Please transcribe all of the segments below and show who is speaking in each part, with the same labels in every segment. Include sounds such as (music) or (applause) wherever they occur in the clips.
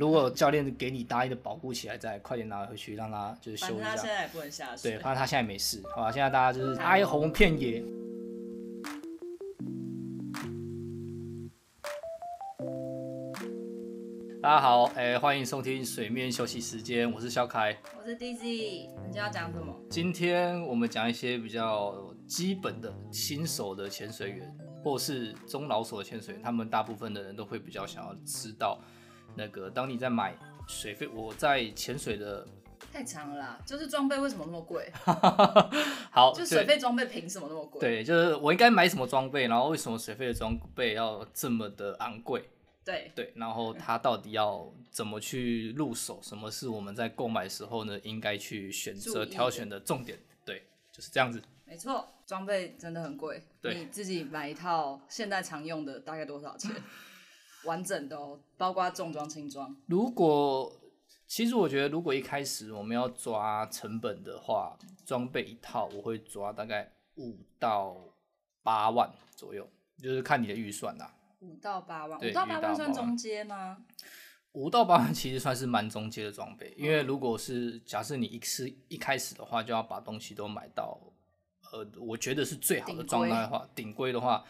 Speaker 1: 如果教练给你答应的保护起来，再快点拿回去，让他就是
Speaker 2: 反
Speaker 1: 休一
Speaker 2: 正他现
Speaker 1: 下。
Speaker 2: 在也嗯不能下水。
Speaker 1: 对，反正他现在没事，好吧？现在大家就是哀鸿遍野。大家好，哎、欢迎收听水面休息时间，我是小凯。
Speaker 2: 我是 DZ，你就要讲什么？
Speaker 1: 今天我们讲一些比较基本的新手的潜水员，或是中老手的潜水员，他们大部分的人都会比较想要知道，那个当你在买水费，我在潜水的，
Speaker 2: 太长了啦，就是装备为什么那么贵？
Speaker 1: 好，哦
Speaker 2: 就
Speaker 1: 对
Speaker 2: 水费装备凭什么那么贵？
Speaker 1: 对，就是我应该买什么装备，然后为什么水费的装备要这么哎的昂贵？
Speaker 2: 对
Speaker 1: 对，然后它到底要怎么去入手？什么是我们在购买时候呢应该去选
Speaker 2: 注
Speaker 1: 择
Speaker 2: 意的
Speaker 1: 挑选的重点？对，就是这样子。
Speaker 2: 没错，装备真的很贵。
Speaker 1: 对
Speaker 2: 你自己买一套现在常用的大概多少钱？ (laughs) 完整的哦，包括重装、轻装。
Speaker 1: 如果其实我觉得，如果一开始我们要抓成本的话，装备一套我会抓大概五到八万左右，就是看你的预算啊啦。
Speaker 2: 五到八万，
Speaker 1: 对
Speaker 2: 五到八
Speaker 1: 五到八
Speaker 2: 万
Speaker 1: 万
Speaker 2: 算中阶吗？
Speaker 1: 五到八万其实算是蛮中阶的装备，因为如果是假设你一次一开始的话，就要把东西都买到，呃，我觉得是最好的状态的话，顶规的话，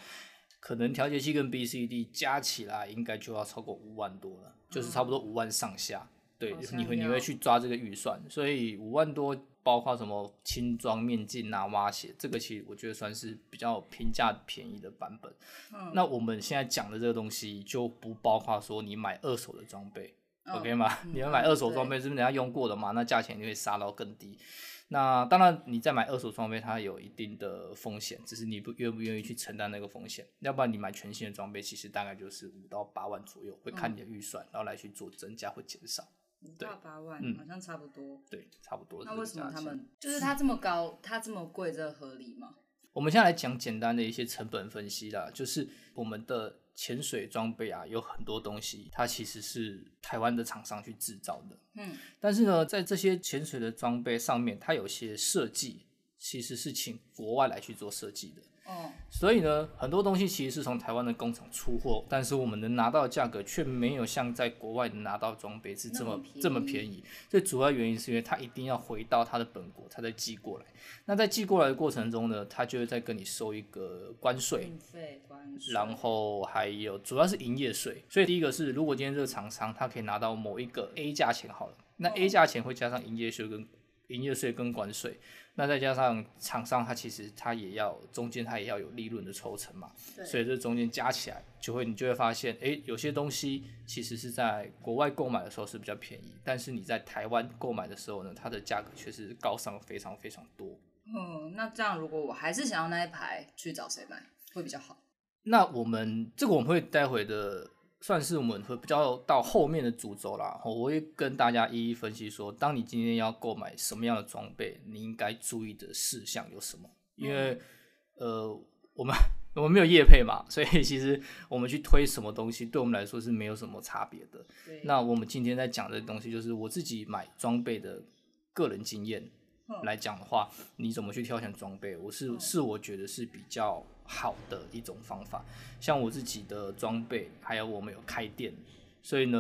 Speaker 1: 可能调节器跟 BCD 加起来应该就要超过五万多了，就是差不多五万上下。对
Speaker 2: 好，像
Speaker 1: 你会你
Speaker 2: 要
Speaker 1: 会去抓这个预算，所以五万多包括什么轻装面镜啊、蛙鞋，这个其实我觉得算是比较平价便宜的版本。
Speaker 2: 嗯
Speaker 1: 那我们现在讲的这个东西就不包括说你买二手的装备、
Speaker 2: 嗯
Speaker 1: o k 吗？
Speaker 2: 嗯
Speaker 1: 你们买二手
Speaker 2: 对
Speaker 1: 装备是不是人家用过的嘛？那价钱就会杀到更低。那当然，你再买二手装备，它有一定的风险，只是你不愿不愿意去承担那个风险。要不然你买全新的装备，其实大概就是五到八万左右，会
Speaker 2: 嗯
Speaker 1: 看你的预算，然后来去做增加或减少。
Speaker 2: 五到八万
Speaker 1: 嗯
Speaker 2: 好像差不多。
Speaker 1: 对，差不多。
Speaker 2: 那为什么他？们就是
Speaker 1: 是
Speaker 2: 它这么高，它这么贵，这合理吗？
Speaker 1: 我们现在来讲简单的一些成本分析啦，就是我们的潜水装备啊，有很多东西它其实是台湾的厂商去制造的，
Speaker 2: 嗯，
Speaker 1: 但是呢，在这些潜水的装备上面，它有些设计其实是请国外来去做设计的，
Speaker 2: 哦，
Speaker 1: 所以呢，很多东西其实是从台湾的工厂出货，但是我们能拿到的价格却没有像在国外拿到装备是这
Speaker 2: 那
Speaker 1: 么
Speaker 2: 么便宜
Speaker 1: 这么便宜。最主要原因是因为它一定要回到它的本国，它再寄过来。那在寄过来的过程中呢，它就会再跟你收一个关税。
Speaker 2: 运费、关税，
Speaker 1: 然后还有主要是营业税，所以第一个是，如果今天这个厂商它可以拿到某一个 A 价钱好了，那 A 价钱会加上营业税跟营业税跟关税，那再加上厂商它其实它也要中间它也要有利润的抽成嘛，
Speaker 2: 对
Speaker 1: 所以这中间加起来，就会你就会发现，哎、有些东西其实是在国外购买的时候是比较便宜，但是你在台湾购买的时候呢，它的价格却是高上非常非常多。
Speaker 2: 嗯，那这样如果我还是想要那一排，去找谁买会比较好？
Speaker 1: 那我们这个我们会待会的，算是我们会比较到后面的主轴啦。哦我会跟大家一一分析说，当你今天要购买什么样的装备，你应该注意的事项有什么？因为呃，我们我们没有业配嘛，所以其实我们去推什么东西，对我们来说是没有什么差别的。
Speaker 2: 对，
Speaker 1: 那我们今天在讲的东西，就是我自己买装备的个人经验
Speaker 2: 嗯
Speaker 1: 来讲的话，你怎么去挑选装备，我是是我觉得是比较好的一种方法。像我自己的装备，还有我们有开店，所以呢，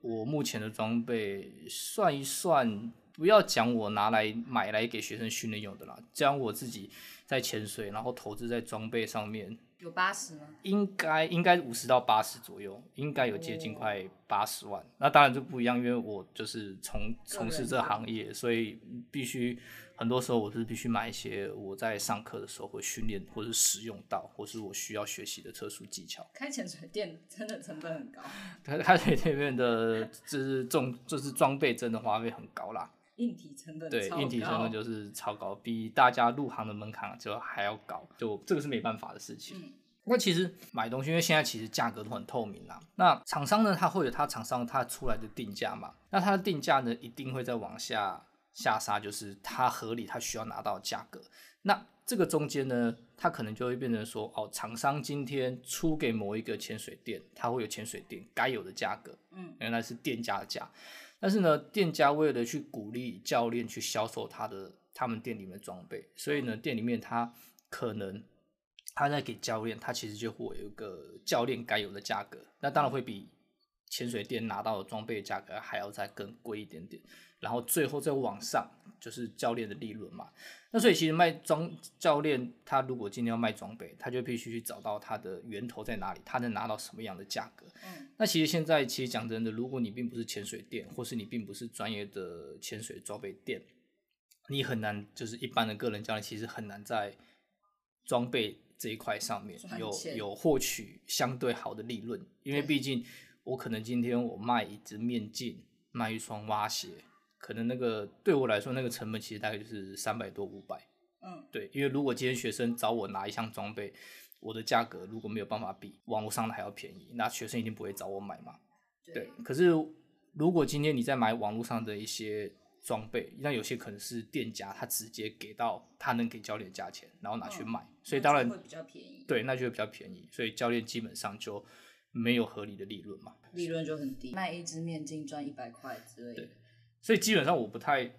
Speaker 1: 我目前的装备算一算。不要讲我拿来买来给学生训练用的啦，讲我自己在潜水，然后投资在装备上面，
Speaker 2: 有八十吗？ (laughs)
Speaker 1: 应该应该五十到八十左右，应该有接近快八十万。那当然就不一样，因为我就是从从事这行业，所以必须很多时候我是必须买一些我在上课的时候会训练或是使用到，或是我需要学习的特殊技巧。
Speaker 2: 开潜水店真的成本很高，
Speaker 1: 它它对那边的就是重就是装备真的花费很高啦，
Speaker 2: 硬体成本
Speaker 1: 对
Speaker 2: 超，高
Speaker 1: 硬体成本就是超高，比大家入行的门槛就还要高，就这个是没办法的事情。
Speaker 2: 嗯
Speaker 1: 那其实买东西，因为现在其实价格都很透明啦。那厂商呢，它会有它厂商它出来的定价嘛？那它的定价呢，一定会再往下下杀，就是它合理，它需要拿到的价格。那这个中间呢，它可能就会变成说，哦，厂商今天出给某一个潜水店，它会有潜水店该有的价格，
Speaker 2: 嗯，
Speaker 1: 原来是店家的价。但是呢，店家为了去鼓励教练去销售他的他们店里面的装备，所以呢，店里面他可能他在给教练，他其实就会有一个教练该有的价格，那当然会比潜水店拿到的装备价格还要再更贵一点点，然后最后再往上就是教练的利润嘛。那所以其实卖装教练，他如果今天要卖装备，他就必须去找到它的源头在哪里，他能拿到什么样的价格。
Speaker 2: 嗯
Speaker 1: 那其实现在其实讲真的，如果你并不是潜水店，或是你并不是专业的潜水装备店，你很难就是一般的个人教练，其实很难在装备这一块上面
Speaker 2: 赚
Speaker 1: 有
Speaker 2: 钱
Speaker 1: 有获取相对好的利润，因为
Speaker 2: 对
Speaker 1: 毕竟我可能今天我卖一只面镜，卖一双蛙鞋，可能那个对我来说那个成本其实大概就是三百多五百。
Speaker 2: 嗯，
Speaker 1: 对，因为如果今天学生找我拿一项装备，我的价格如果没有办法比网络上的还要便宜，那学生一定不会找我买嘛。对，可是如果今天你在买网络上的一些装备，那有些可能是店家他直接给到他能给教练价钱，然后拿去
Speaker 2: 嗯
Speaker 1: 卖，所以
Speaker 2: 那
Speaker 1: 当
Speaker 2: 就
Speaker 1: 然
Speaker 2: 会比较便宜，
Speaker 1: 对，那就会比较便宜，所以教练基本上就没有合理的利润嘛。
Speaker 2: 利润就很低，卖一只面筋赚一百块之类的。
Speaker 1: 所以基本上我不太，因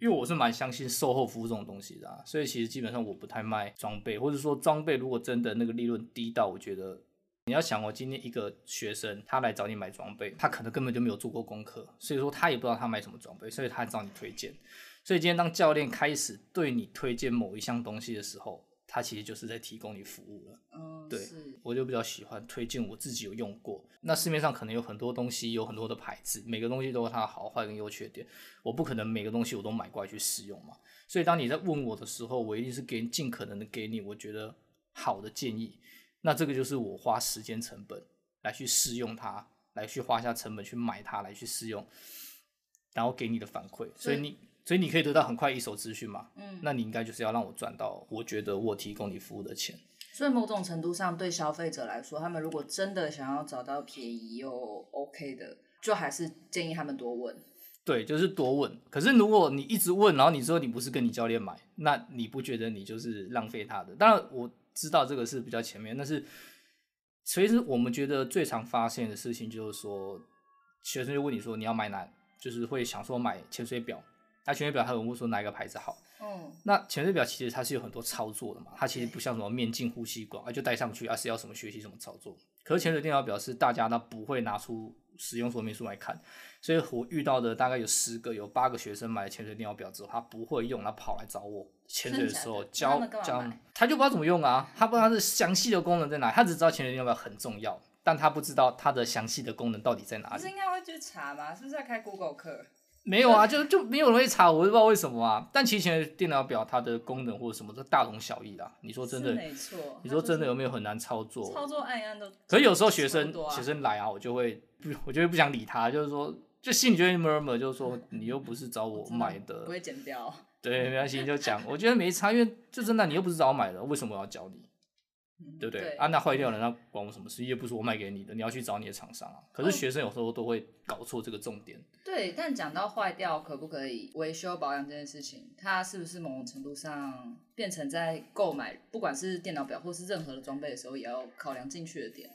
Speaker 1: 为我是蛮相信售后服务这种东西的、啊，所以其实基本上我不太卖装备，或者说装备如果真的那个利润低到，我觉得你要想哦，今天一个学生他来找你买装备，他可能根本就没有做过功课，所以说他也不知道他买什么装备，所以他找你推荐。所以今天当教练开始对你推荐某一项东西的时候，他其实就是在提供你服务了。
Speaker 2: 嗯，
Speaker 1: 对
Speaker 2: 是，
Speaker 1: 我就比较喜欢推荐我自己有用过。那市面上可能有很多东西，有很多的牌子，每个东西都有它的好坏跟优缺点。我不可能每个东西我都买过来去试用嘛。所以当你在问我的时候，我一定是给尽可能的给你我觉得好的建议。那这个就是我花时间成本来去试用它，来去花下成本去买它，来去试用，然后给你的反馈。所
Speaker 2: 所以
Speaker 1: 以你，所以你可以得到很快一手资讯嘛。
Speaker 2: 嗯，
Speaker 1: 那你应该就是要让我赚到，我觉得我提供你服务的钱。
Speaker 2: 所以某种程度上，对消费者来说，他们如果真的想要找到便宜又 OK 的，就还是建议他们多问。
Speaker 1: 对，就是多问。可是如果你一直问，然后你说你不是跟你教练买，那你不觉得你就是浪费他的？当然我知道这个是比较前面，但是其实我们觉得最常发现的事情就是说，学生就问你说你要买哪，就是会想说买潜水表。那潜水表他有问说哪一个牌子好？
Speaker 2: 嗯，
Speaker 1: 那潜水表其实它是有很多操作的嘛，它其实不像什么面镜、呼吸管啊，就戴上去啊是要什么学习什么操作。可是潜水电脑表示大家呢不会拿出使用说明书来看，所以我遇到的大概有十个有八个学生买了潜水电脑表之后，他不会用，他跑来找我潜水的时候
Speaker 2: 真
Speaker 1: 教
Speaker 2: 假的那他们干嘛
Speaker 1: 教
Speaker 2: 买，
Speaker 1: 他就不知道怎么用啊，他不知道它的详细的功能在哪，他只知道潜水电脑表很重要，但他不知道它的详细的功能到底在哪
Speaker 2: 不
Speaker 1: 里
Speaker 2: 是。应该会去查吗？是不是要开 Google 课？
Speaker 1: 没有啊，就就没有人会查，我也不知道为什么啊。但其实现在电脑表它的功能或者什么都大同小异啦。你说真
Speaker 2: 是
Speaker 1: 的，
Speaker 2: 没错。
Speaker 1: 你说真的
Speaker 2: 有
Speaker 1: 有没有很难操作？
Speaker 2: 操作按一按都？
Speaker 1: 可是有时候学
Speaker 2: 差
Speaker 1: 生、
Speaker 2: 不多啊
Speaker 1: 学生来啊，我就会不，我就会不想理他，就是说，就心里就会 murmur，就是说你又不是找我
Speaker 2: 真的
Speaker 1: 买
Speaker 2: 不
Speaker 1: 的，
Speaker 2: 会剪掉。
Speaker 1: 对，没关系，你就讲，我觉得没差，因为就真的你又不是找我买的，为什么我要教你？对不对？
Speaker 2: 嗯对
Speaker 1: 啊，那坏掉了，那管我什么事？又不是我卖给你的，你要去找你的厂商啊。可是
Speaker 2: 哦
Speaker 1: 学生有时候都会搞错这个重点。
Speaker 2: 对，但讲到坏掉可不可以维修保养这件事情，它是不是某种程度上变成在购买不管是电脑表或是任何的装备的时候，也要考量进去的点？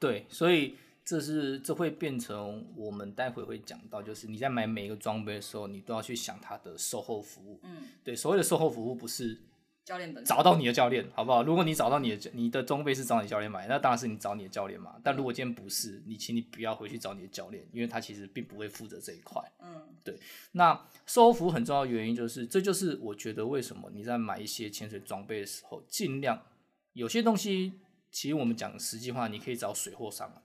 Speaker 1: 对，所以这是这会变成我们待会会讲到，就是你在买每一个装备的时候，你都要去想它的售后服务。
Speaker 2: 嗯，
Speaker 1: 对，所谓的售后服务不是
Speaker 2: 教练本身
Speaker 1: 找到你的教练，好不好？如果你找到你的你的装备是找你教练买，那当然是你找你的教练嘛。但如果今天不是，你请你不要回去找你的教练，因为他其实并不会负责这一块。
Speaker 2: 嗯，
Speaker 1: 那售后服务很重要的原因就是，这就是我觉得为什么你在买一些潜水装备的时候，尽量有些东西，其实我们讲实际话，你可以找水货商，啊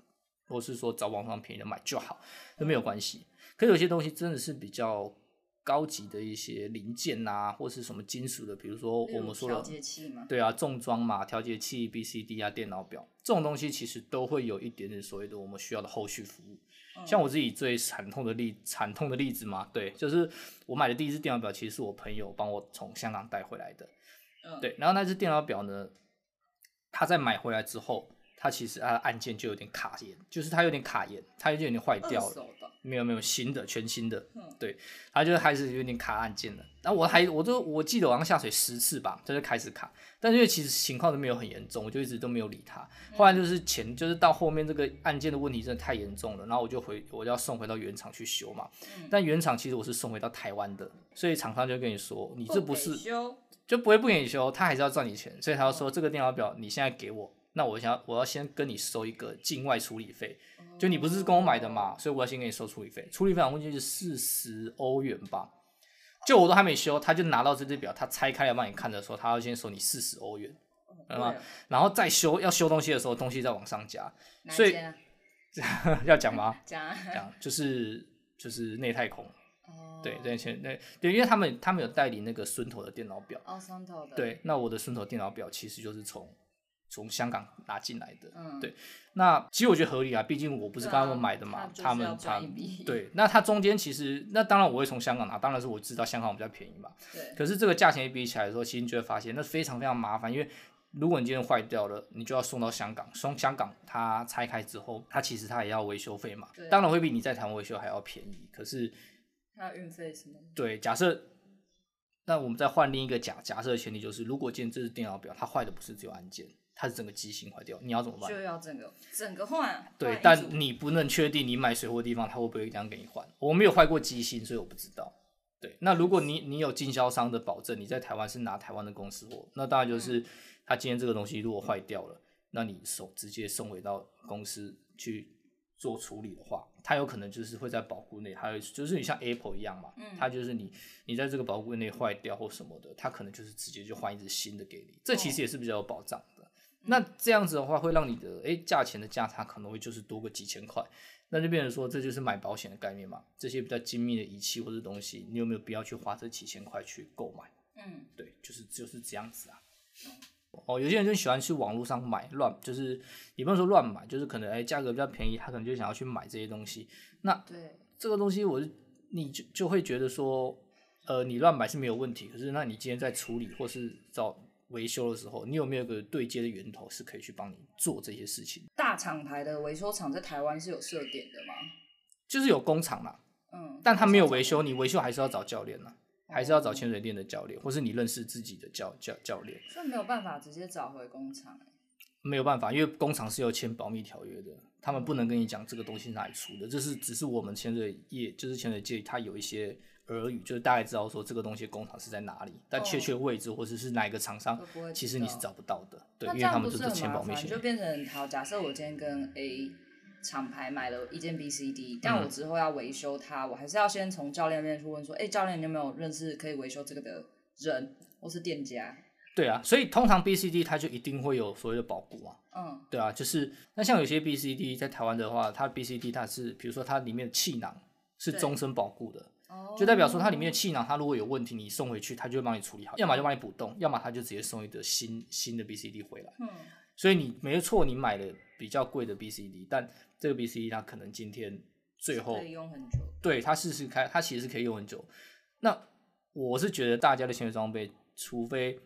Speaker 1: 或是说找网上便宜的买就好，都没有关系。可是有些东西真的是比较高级的一些零件呐、或是什么金属的，比如说
Speaker 2: 例如
Speaker 1: 我们说
Speaker 2: 调
Speaker 1: 的
Speaker 2: 节器嘛，
Speaker 1: 对啊，重装嘛，调节器、BCD 啊、电脑表这种东西，其实都会有一点点所谓的我们需要的后续服务。
Speaker 2: 嗯
Speaker 1: 像我自己最惨痛的例惨痛的例子嘛，对，就是我买的第一只电脑表，其实是我朋友帮我从香港带回来的。
Speaker 2: 嗯
Speaker 1: 对，然后那只电脑表呢，他在买回来之后，它其实它的按键就有点卡眼，就是它有点卡眼，它就有点坏掉
Speaker 2: 二
Speaker 1: 了。
Speaker 2: 手的，
Speaker 1: 没有没有新的全新的，
Speaker 2: 嗯
Speaker 1: 对，它就开始有点卡按键了。然后我还我都我记得我好像下水十次吧，它就开始卡。但是因为其实情况都没有很严重，我就一直都没有理它。
Speaker 2: 嗯
Speaker 1: 后来就是前就是到后面这个按键的问题真的太严重了，然后我就回我就要送回到原厂去修嘛。
Speaker 2: 嗯
Speaker 1: 但原厂其实我是送回到台湾的，所以厂商就跟你说，你这不
Speaker 2: 北
Speaker 1: 是
Speaker 2: 哦修嗯
Speaker 1: 就不会不给你修，他还是要赚你钱，所以他就说这个电脑表你现在给我，那我想要我要先跟你收一个境外处理费，
Speaker 2: 哦
Speaker 1: 就你不是跟我买的嘛，所以我要先给你收处理费，处理费好像就是四十欧元吧。就我都还没修，他就拿到这只表，他拆开来帮你看的时候，他要先收你四十欧元，
Speaker 2: 对
Speaker 1: 吗
Speaker 2: 啊？
Speaker 1: 然后再修要修东西的时候，东西再往上
Speaker 2: (laughs)
Speaker 1: 加，
Speaker 2: 哪一
Speaker 1: 所以
Speaker 2: 间啊
Speaker 1: 要讲吗？
Speaker 2: 讲啊
Speaker 1: 讲就是就是内太空，(laughs)
Speaker 2: 哦
Speaker 1: 对，对，前对对，因为他们他们有代理那个孙头的电脑表，
Speaker 2: 哦，双头的，，
Speaker 1: 对，那我的顺头电脑表其实就是从从香港拿进来的。
Speaker 2: 嗯，
Speaker 1: 对那其实我觉得合理啊，毕竟我不是跟他们买的嘛，
Speaker 2: 对啊他就是要
Speaker 1: 们他
Speaker 2: 赚一笔
Speaker 1: 对，那它中间其实那当然我会从香港拿，当然是我知道香港比较便宜嘛。
Speaker 2: 对，
Speaker 1: 可是这个价钱一比起来的时候，其实你就会发现那非常非常麻烦，因为如果你今天坏掉了，你就要送到香港，送香港它拆开之后，它其实它也要维修费嘛
Speaker 2: 对，
Speaker 1: 当然会比你在台湾维修还要便宜。可是
Speaker 2: 还有运费什么的，
Speaker 1: 对，假设那我们再换另一个假假设的前提，就是如果今天这只电脑表它坏的不是只有按键，它是整个机型坏掉，你要怎么
Speaker 2: 就
Speaker 1: 办？
Speaker 2: 要整个整个换啊，
Speaker 1: 对
Speaker 2: 换，一
Speaker 1: 但
Speaker 2: 组
Speaker 1: 你不能确定你买水货地方它会不会这样给你换。我没有坏过机芯，所以我不知道。对，那如果你你有经销商的保证，你在台湾是拿台湾的公司货，那当然
Speaker 2: 嗯
Speaker 1: 就是它今天这个东西如果坏掉了，那你手直接送回到公司去做处理的话，它有可能就是会在保固内，还有就是你像 Apple 一样嘛，
Speaker 2: 嗯
Speaker 1: 它就是你你在这个保固内坏掉或什么的，它可能就是直接就换一只新的给你，
Speaker 2: 哦
Speaker 1: 这其实也是比较有保障的。那这样子的话，会让你的诶价钱的价差可能会就是多个几千块，那就变成说这就是买保险的概念嘛。这些比较精密的仪器或者东西，你有没有必要去花这几千块去购买？
Speaker 2: 嗯，
Speaker 1: 对，就是就是这样子啊。哦，有些人就喜欢去网络上买乱，就是也不能说乱买，就是可能哎价格比较便宜，他可能就想要去买这些东西。
Speaker 2: 对，
Speaker 1: 这个东西我是你就就会觉得说，呃，你乱买是没有问题，可是那你今天在处理或是找维修的时候，你有没有一个对接的源头是可以去帮你做这些事情？
Speaker 2: 大厂牌的维修厂在台湾是有设点的嘛，
Speaker 1: 就是有工厂啦，
Speaker 2: 嗯，
Speaker 1: 但他没有维
Speaker 2: 修，
Speaker 1: 修，你维修还是要找教练啦，还是要找潜水店的教练，或是你认识自己的教教教练。
Speaker 2: 所以没有办法直接找回工厂、欸
Speaker 1: 没有办法，因为工厂是有签保密条约的，他们不能跟你讲这个东西哪里出的，这是只是我们潜水业，就是潜水界，它有一些耳语，就是大概知道说这个东西工厂是在哪里，但确切位置或者是哪一个厂商
Speaker 2: 啊都哦不会知道，
Speaker 1: 其实你是找不到的，对，
Speaker 2: 那
Speaker 1: 因
Speaker 2: 这
Speaker 1: 为他
Speaker 2: 样
Speaker 1: 们就
Speaker 2: 不
Speaker 1: 是是
Speaker 2: 很
Speaker 1: 签
Speaker 2: 麻
Speaker 1: 保密
Speaker 2: 烦，
Speaker 1: 协
Speaker 2: 就
Speaker 1: 议。
Speaker 2: 变成好。假设我今天跟 A 厂牌买了一件 B、C、D，但
Speaker 1: 嗯
Speaker 2: 我之后要维修它，我还是要先从教练那边去问说，哎、教练，你有没有认识可以维修这个的人或是店家？
Speaker 1: 对啊，所以通常 BCD 它就一定会有所谓的保固啊，
Speaker 2: 嗯，
Speaker 1: 对啊，就是那像有些 BCD 在台湾的话，它 BCD 它是比如说它里面的气囊是
Speaker 2: 对
Speaker 1: 终身保固的，
Speaker 2: 哦
Speaker 1: 就代表说它里面的气囊，它如果有问题，你送回去，它就会帮你处理好，要么就帮你补洞，要么它就直接送一个新新的 BCD 回来。
Speaker 2: 嗯，
Speaker 1: 所以你没错，你买了比较贵的 BCD，但这个 BCD 它可能今天最后
Speaker 2: 可以用很久。
Speaker 1: 对它试试开，它其实是可以用很久。那我是觉得大家的潜水装备，除非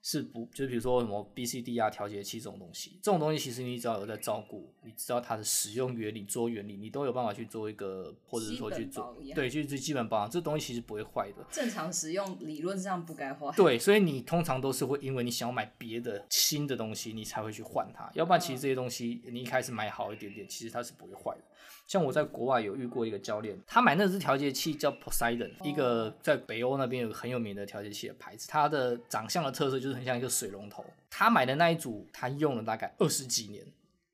Speaker 1: 是不，就是比如说什么 BCD 啊、调节器这种东西，这种东西其实你只要有在照顾，你知道它的使用原理、作原理，你都有办法去做一个，或者是说去
Speaker 2: 基
Speaker 1: 做
Speaker 2: 本保养，
Speaker 1: 对，去最基本保养，这东西其实不会坏的。
Speaker 2: 正常使用理论上不该坏。
Speaker 1: 对，所以你通常都是会因为你想要买别的新的东西，你才会去换它，要不然其实这些东西你一开始买好一点点，其实它是不会坏的。像我在国外有遇过一个教练，他买那只调节器叫 Poseidon，一个在北欧那边有个很有名的调节器的牌子，它的长相的特色就是很像一个水龙头。他买的那一组，他用了大概二十几年，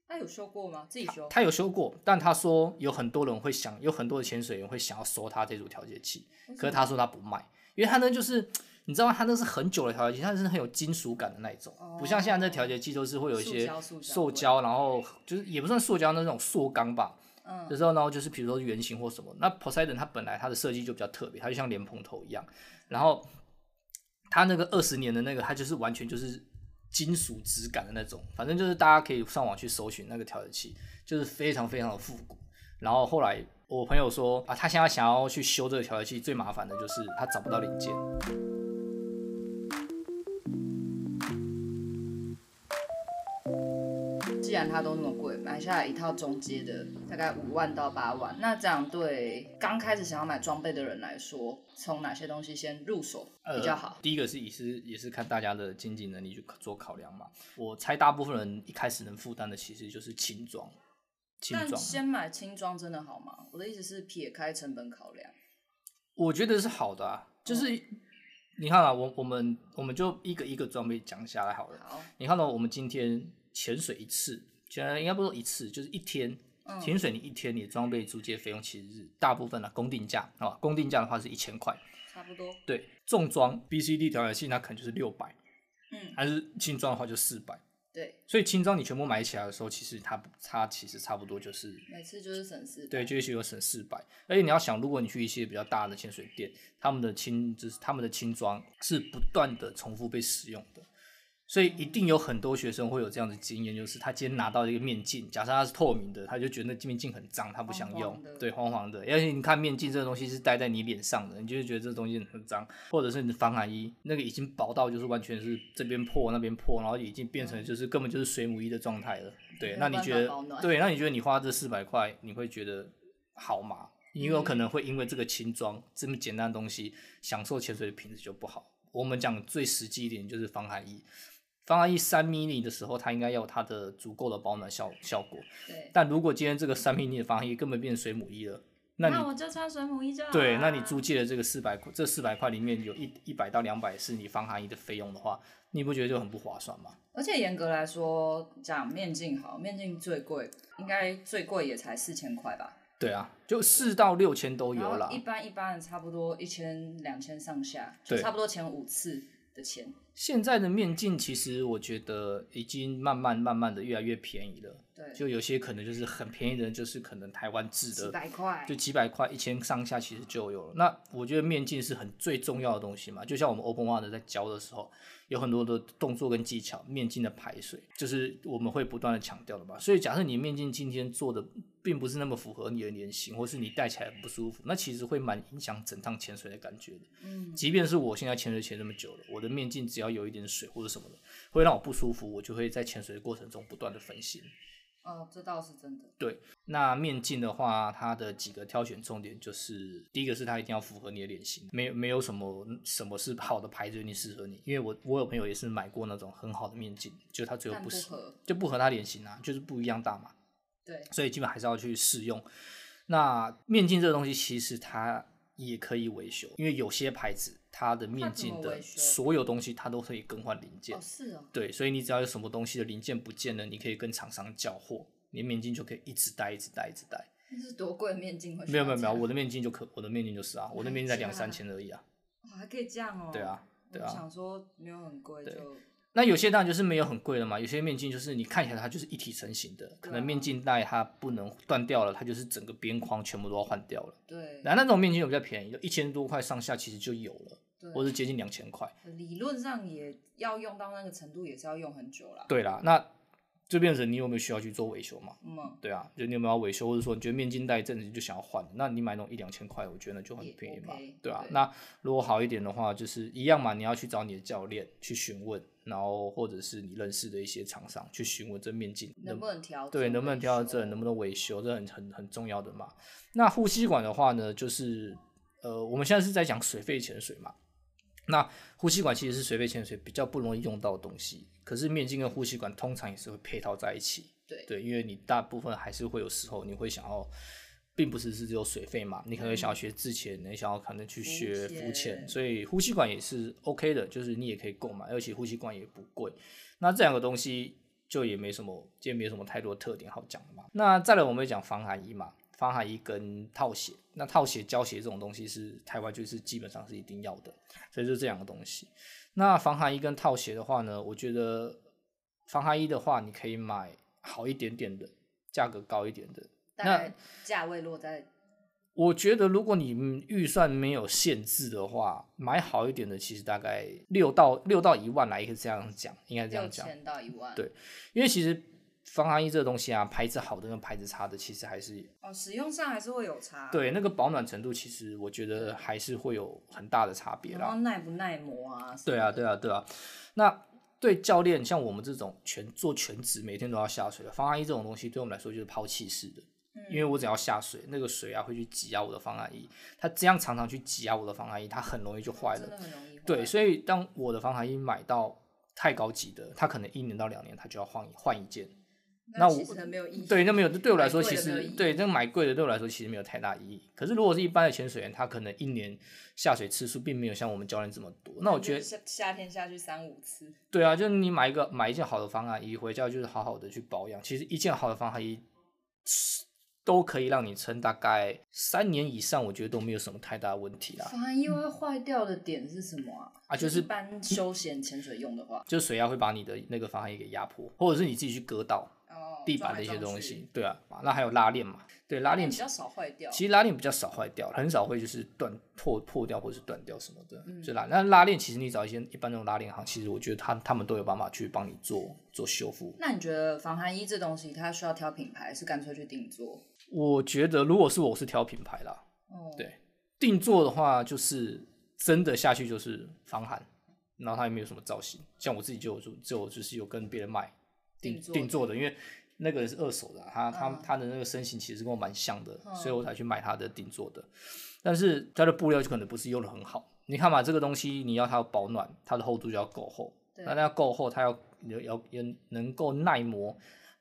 Speaker 2: 他有修过吗？自己修？
Speaker 1: 他有修过，但他说有很多人会想，有很多的潜水员会想要收他这组调节器，可是他说他不卖，因为他呢就是你知道吗他那是很久的调节器，它是很有金属感的那一种，不像现在这调节器都是会有一些
Speaker 2: 塑胶塑胶
Speaker 1: 塑胶，然后就是也不算塑胶那种塑钢吧。
Speaker 2: 嗯
Speaker 1: 有时候呢，就是比如说圆形或什么，那 Poseidon 它本来它的设计就比较特别，它就像莲蓬头一
Speaker 2: 嗯
Speaker 1: 样，然后它那个二十年的那个，它就是完全就是金属质感的那种，反正就是大家可以上网去搜寻那个调节器，就是非常非常的复古。然后后来我朋友说啊，他现在想要去修这个调节器，最麻烦的就是他找不到零件。
Speaker 2: 既然它都那么贵，买下来一套中阶的大概五万到八万，那这样对刚开始想要买装备的人来说，从哪些东西先入手
Speaker 1: 呃
Speaker 2: 比较好？
Speaker 1: 第一个是也是也是看大家的经济能力去做考量嘛。我猜大部分人一开始能负担的其实就是轻装，轻
Speaker 2: 但
Speaker 1: 装。
Speaker 2: 先买轻装真的好吗？我的意思是撇开成本考量，
Speaker 1: 我觉得是好的啊，
Speaker 2: 哦
Speaker 1: 就是、你看啊，我我们我们就一个一个装备讲下来好了。
Speaker 2: 好，
Speaker 1: 你看到我们今天潜水一次，现在应该不是说一次，就是一天。
Speaker 2: 嗯
Speaker 1: 潜水你一天你的装备租借费用其实是大部分的、公定价啊，公定价的话是一千块，
Speaker 2: 差不多，
Speaker 1: 对，重装 B、C、D 调节器那可能就是六百，
Speaker 2: 嗯，
Speaker 1: 还是轻装的话就四百，
Speaker 2: 对，
Speaker 1: 所以轻装你全部买起来的时候，其实它不它其实差不多就是
Speaker 2: 每次就是省事，
Speaker 1: 对，就也许有省四百。而且你要想，如果你去一些比较大的潜水店，他们的轻就是他们的轻装是不断的重复被使用的，所以一定有很多学生会有这样的经验，就是他今天拿到一个面镜，假设它是透明的，他就觉得那面镜很脏，他不想
Speaker 2: 黄
Speaker 1: 用，
Speaker 2: 黄的
Speaker 1: 对，黄黄的。而且你看面镜这个东西是戴在你脸上的，你就会觉得这东西很脏，或者是你的防寒衣那个已经薄到就是完全是这边破那边破，然后已经变成就是根本就是水母衣的状态了。对，
Speaker 2: 嗯有
Speaker 1: 那你
Speaker 2: 办
Speaker 1: 觉
Speaker 2: 法
Speaker 1: 得
Speaker 2: 保暖
Speaker 1: 对？那你觉得你花这四百块，你会觉得好吗？你有
Speaker 2: 嗯
Speaker 1: 可能会因为这个轻装这么简单的东西，享受潜水的品质就不好。我们讲最实际一点就是防寒衣，防寒衣三 mini 的时候，它应该要有它的足够的保暖效效果。
Speaker 2: 对，
Speaker 1: 但如果今天这个三 mini 的防寒衣根本变成水母衣了，那你
Speaker 2: 我就穿水母衣就好
Speaker 1: 对，
Speaker 2: 啦
Speaker 1: 那你租借的这个四百这四百块里面有一一百到两百是你防寒衣的费用的话，你不觉得就很不划算吗？
Speaker 2: 而且严格来说，讲面镜好，面镜最贵，应该最贵也才四千块吧。
Speaker 1: 对啊，就四到六千都
Speaker 2: 然
Speaker 1: 哦有啦
Speaker 2: 后一。般一般的差不多一千两千上下，
Speaker 1: 对
Speaker 2: 就差不多前五次的钱。
Speaker 1: 现在的面镜其实我觉得已经慢慢慢慢的越来越便宜了，
Speaker 2: 对，
Speaker 1: 就有些可能就是很便宜的，就是可能台湾制
Speaker 2: 几
Speaker 1: 的，
Speaker 2: 百块
Speaker 1: 就。几百块、一千上下其实就有了。那我觉得面镜是很最重要的东西嘛，就像我们 Open One 在教的时候，有很多的动作跟技巧，面镜的排水就是我们会不断的强调的嘛。所以假设你面镜今天做的并不是那么符合你的脸型，或是你戴起来不舒服，那其实会蛮影响整趟潜水的感觉的。
Speaker 2: 嗯，
Speaker 1: 即便是我现在潜水潜那么久了，我的面镜只要有一点水或者什么的，会让我不舒服，我就会在潜水的过程中不断的分心。
Speaker 2: 哦，这倒是真的。
Speaker 1: 那面镜的话，它的几个挑选重点就是，第一个是它一定要符合你的脸型，没有没有什么什么是好的牌子一定适合你，因为我我有朋友也是买过那种很好的面镜，就它最后
Speaker 2: 但
Speaker 1: 不
Speaker 2: 不
Speaker 1: 适
Speaker 2: 合
Speaker 1: 就不合他脸型啊，就是不一样大嘛。
Speaker 2: 对，
Speaker 1: 所以基本还是要去试用。那面镜这个东西，其实它也可以维修，因为有些牌子它的面镜
Speaker 2: 它怎么
Speaker 1: 的
Speaker 2: 维修
Speaker 1: 所有东西它都可以更换零件
Speaker 2: 哦，。是哦，
Speaker 1: 对，所以你只要有什么东西的零件不见了，你可以跟厂商交货，你的面镜就可以一直戴，一直戴，一直戴。
Speaker 2: 那是多贵的面镜会需
Speaker 1: 没
Speaker 2: 要
Speaker 1: 有
Speaker 2: 这
Speaker 1: 没有
Speaker 2: 样？
Speaker 1: 没有，我的面镜就可，我的面镜就是啊，我的面镜才两
Speaker 2: 真
Speaker 1: 三
Speaker 2: 的
Speaker 1: 千而已啊。
Speaker 2: 哦还可以这样哦。
Speaker 1: 对啊，对
Speaker 2: 我
Speaker 1: 啊。
Speaker 2: 想说没有很贵就
Speaker 1: 那有些当然就是没有很贵的嘛，有些面镜就是你看起来它就是一体成型的，可
Speaker 2: 对
Speaker 1: 能
Speaker 2: 啊
Speaker 1: 面镜带它不能断掉了，它就是整个边框全部都要换掉了。
Speaker 2: 对
Speaker 1: 那那种面镜就比较便宜，就一千多块上下其实就有了，或
Speaker 2: 对，
Speaker 1: 者接近两千块。
Speaker 2: 理论上也要用到那个程度，也是要用很久啦。
Speaker 1: 对啦，那就变成你有没有需要去做维修嘛？
Speaker 2: 嗯，
Speaker 1: 对啊，就你有没有要维修，或者说你觉得面镜戴一阵子你就想要换，那你买那种一两千块，我觉得就很
Speaker 2: 也
Speaker 1: 便宜嘛
Speaker 2: OK，，
Speaker 1: 对啊。
Speaker 2: 对
Speaker 1: 那如果好一点的话，就是一样嘛，你要去找你的教练去询问，然后或者是你认识的一些厂商去询问这面镜
Speaker 2: 能不能调整？
Speaker 1: 对，能不能调整，能不能维修，这很很很重要的嘛。那呼吸管的话呢，就是呃，我们现在是在讲水肺潜水嘛。那呼吸管其实是水肺潜水比较不容易用到的东西，可是面镜跟呼吸管通常也是会配套在一起。
Speaker 2: 对
Speaker 1: 对，因为你大部分还是会有时候你会想要，并不是是只有水肺嘛，你可能会想要学自潜，你想要可能去
Speaker 2: 浮
Speaker 1: 学浮潜，
Speaker 2: 潜
Speaker 1: 所以呼吸管也是 OK 的，就是你也可以购买，而且呼吸管也不贵。那这两个东西就也没什么，就没什么太多特点好讲的嘛。那再来我们也讲防寒衣嘛，防寒衣跟套鞋，那套鞋、胶鞋这种东西是台湾就是基本上是一定要的，所以就这两个东西。那防寒衣跟套鞋的话呢，我觉得防寒衣的话，你可以买好一点点的，价格高一点的。
Speaker 2: 大概价位落在
Speaker 1: 我觉得如果你嗯预算没有限制的话，买好一点的，其实大概六到六到一万来，也可以这样讲，应该这
Speaker 2: 六
Speaker 1: 样讲。
Speaker 2: 千到一万。
Speaker 1: 对因为其实防寒衣这个东西啊，牌子好的跟牌子差的，其实还是
Speaker 2: 哦，使用上还是会有差。，
Speaker 1: 对那个保暖程度，其实我觉得还是会有很大的差别
Speaker 2: 然
Speaker 1: 啦。
Speaker 2: 后耐不耐磨啊？
Speaker 1: 对啊，对啊，对啊。那对教练，像我们这种全做全职，每天都要下水的防寒衣这种东西，对我们来说就是抛弃式的。
Speaker 2: 嗯
Speaker 1: 因为我只要下水，那个水啊会去挤压我的防寒衣，它这样常常去挤压我的防寒衣，它很容易就坏了
Speaker 2: 真。的很容易坏。
Speaker 1: 对，所以当我的防寒衣买到太高级的，它可能一年到两年它就要换一换一件。那我
Speaker 2: 其实很没有意义。
Speaker 1: 对，那没有，对我来说
Speaker 2: 买
Speaker 1: 其
Speaker 2: 贵的没有
Speaker 1: 实
Speaker 2: 意义
Speaker 1: 对那买贵的对我来说其实没有太大意义。可是如果是一般的潜水员，他可能一年下水次数并没有像我们教练这么多，那我觉得
Speaker 2: 夏夏天下去三五次，
Speaker 1: 对啊，就是你买一个买一件好的方案衣回家就是好好的去保养。其实一件好的方案衣都可以让你撑大概三年以上，我觉得都没有什么太大的问题啦。
Speaker 2: 防寒衣会坏掉的点是什么啊？
Speaker 1: 啊就是
Speaker 2: 一般休闲潜水用的话，
Speaker 1: 就水压会把你的那个防寒衣给压迫，或者是你自己去割到
Speaker 2: 哦，
Speaker 1: 地板的一
Speaker 2: 撞
Speaker 1: 些
Speaker 2: 来撞
Speaker 1: 东
Speaker 2: 去
Speaker 1: 西，，对啊。那还有拉链嘛，对拉链
Speaker 2: 比较少坏掉。
Speaker 1: 其实拉链比较少坏掉，很少会就是断破破掉或是断掉什么的，
Speaker 2: 嗯
Speaker 1: 就拉。那拉链其实你找一些一般那种拉链行，其实我觉得他他们都有办法去帮你做做修复。
Speaker 2: 那你觉得防寒衣这东西，它需要挑品牌，是干脆去定做？
Speaker 1: 我觉得如果是我是挑品牌啦，
Speaker 2: 哦，
Speaker 1: 对定做的话就是真的下去就是防寒，然后它也没有什么造型，像我自己就有就就就是有跟别人买定
Speaker 2: 定做
Speaker 1: 定做的，因为。那个人是二手的啊、他他
Speaker 2: 嗯
Speaker 1: 他的那个身形其实跟我蛮像的，
Speaker 2: 嗯
Speaker 1: 所以我才去买他的定做的。但是它的布料就可能不是用的很好。你看嘛，这个东西你要它保暖，它的厚度就要够厚。
Speaker 2: 对
Speaker 1: 那它要够厚，它要要要也能够耐磨，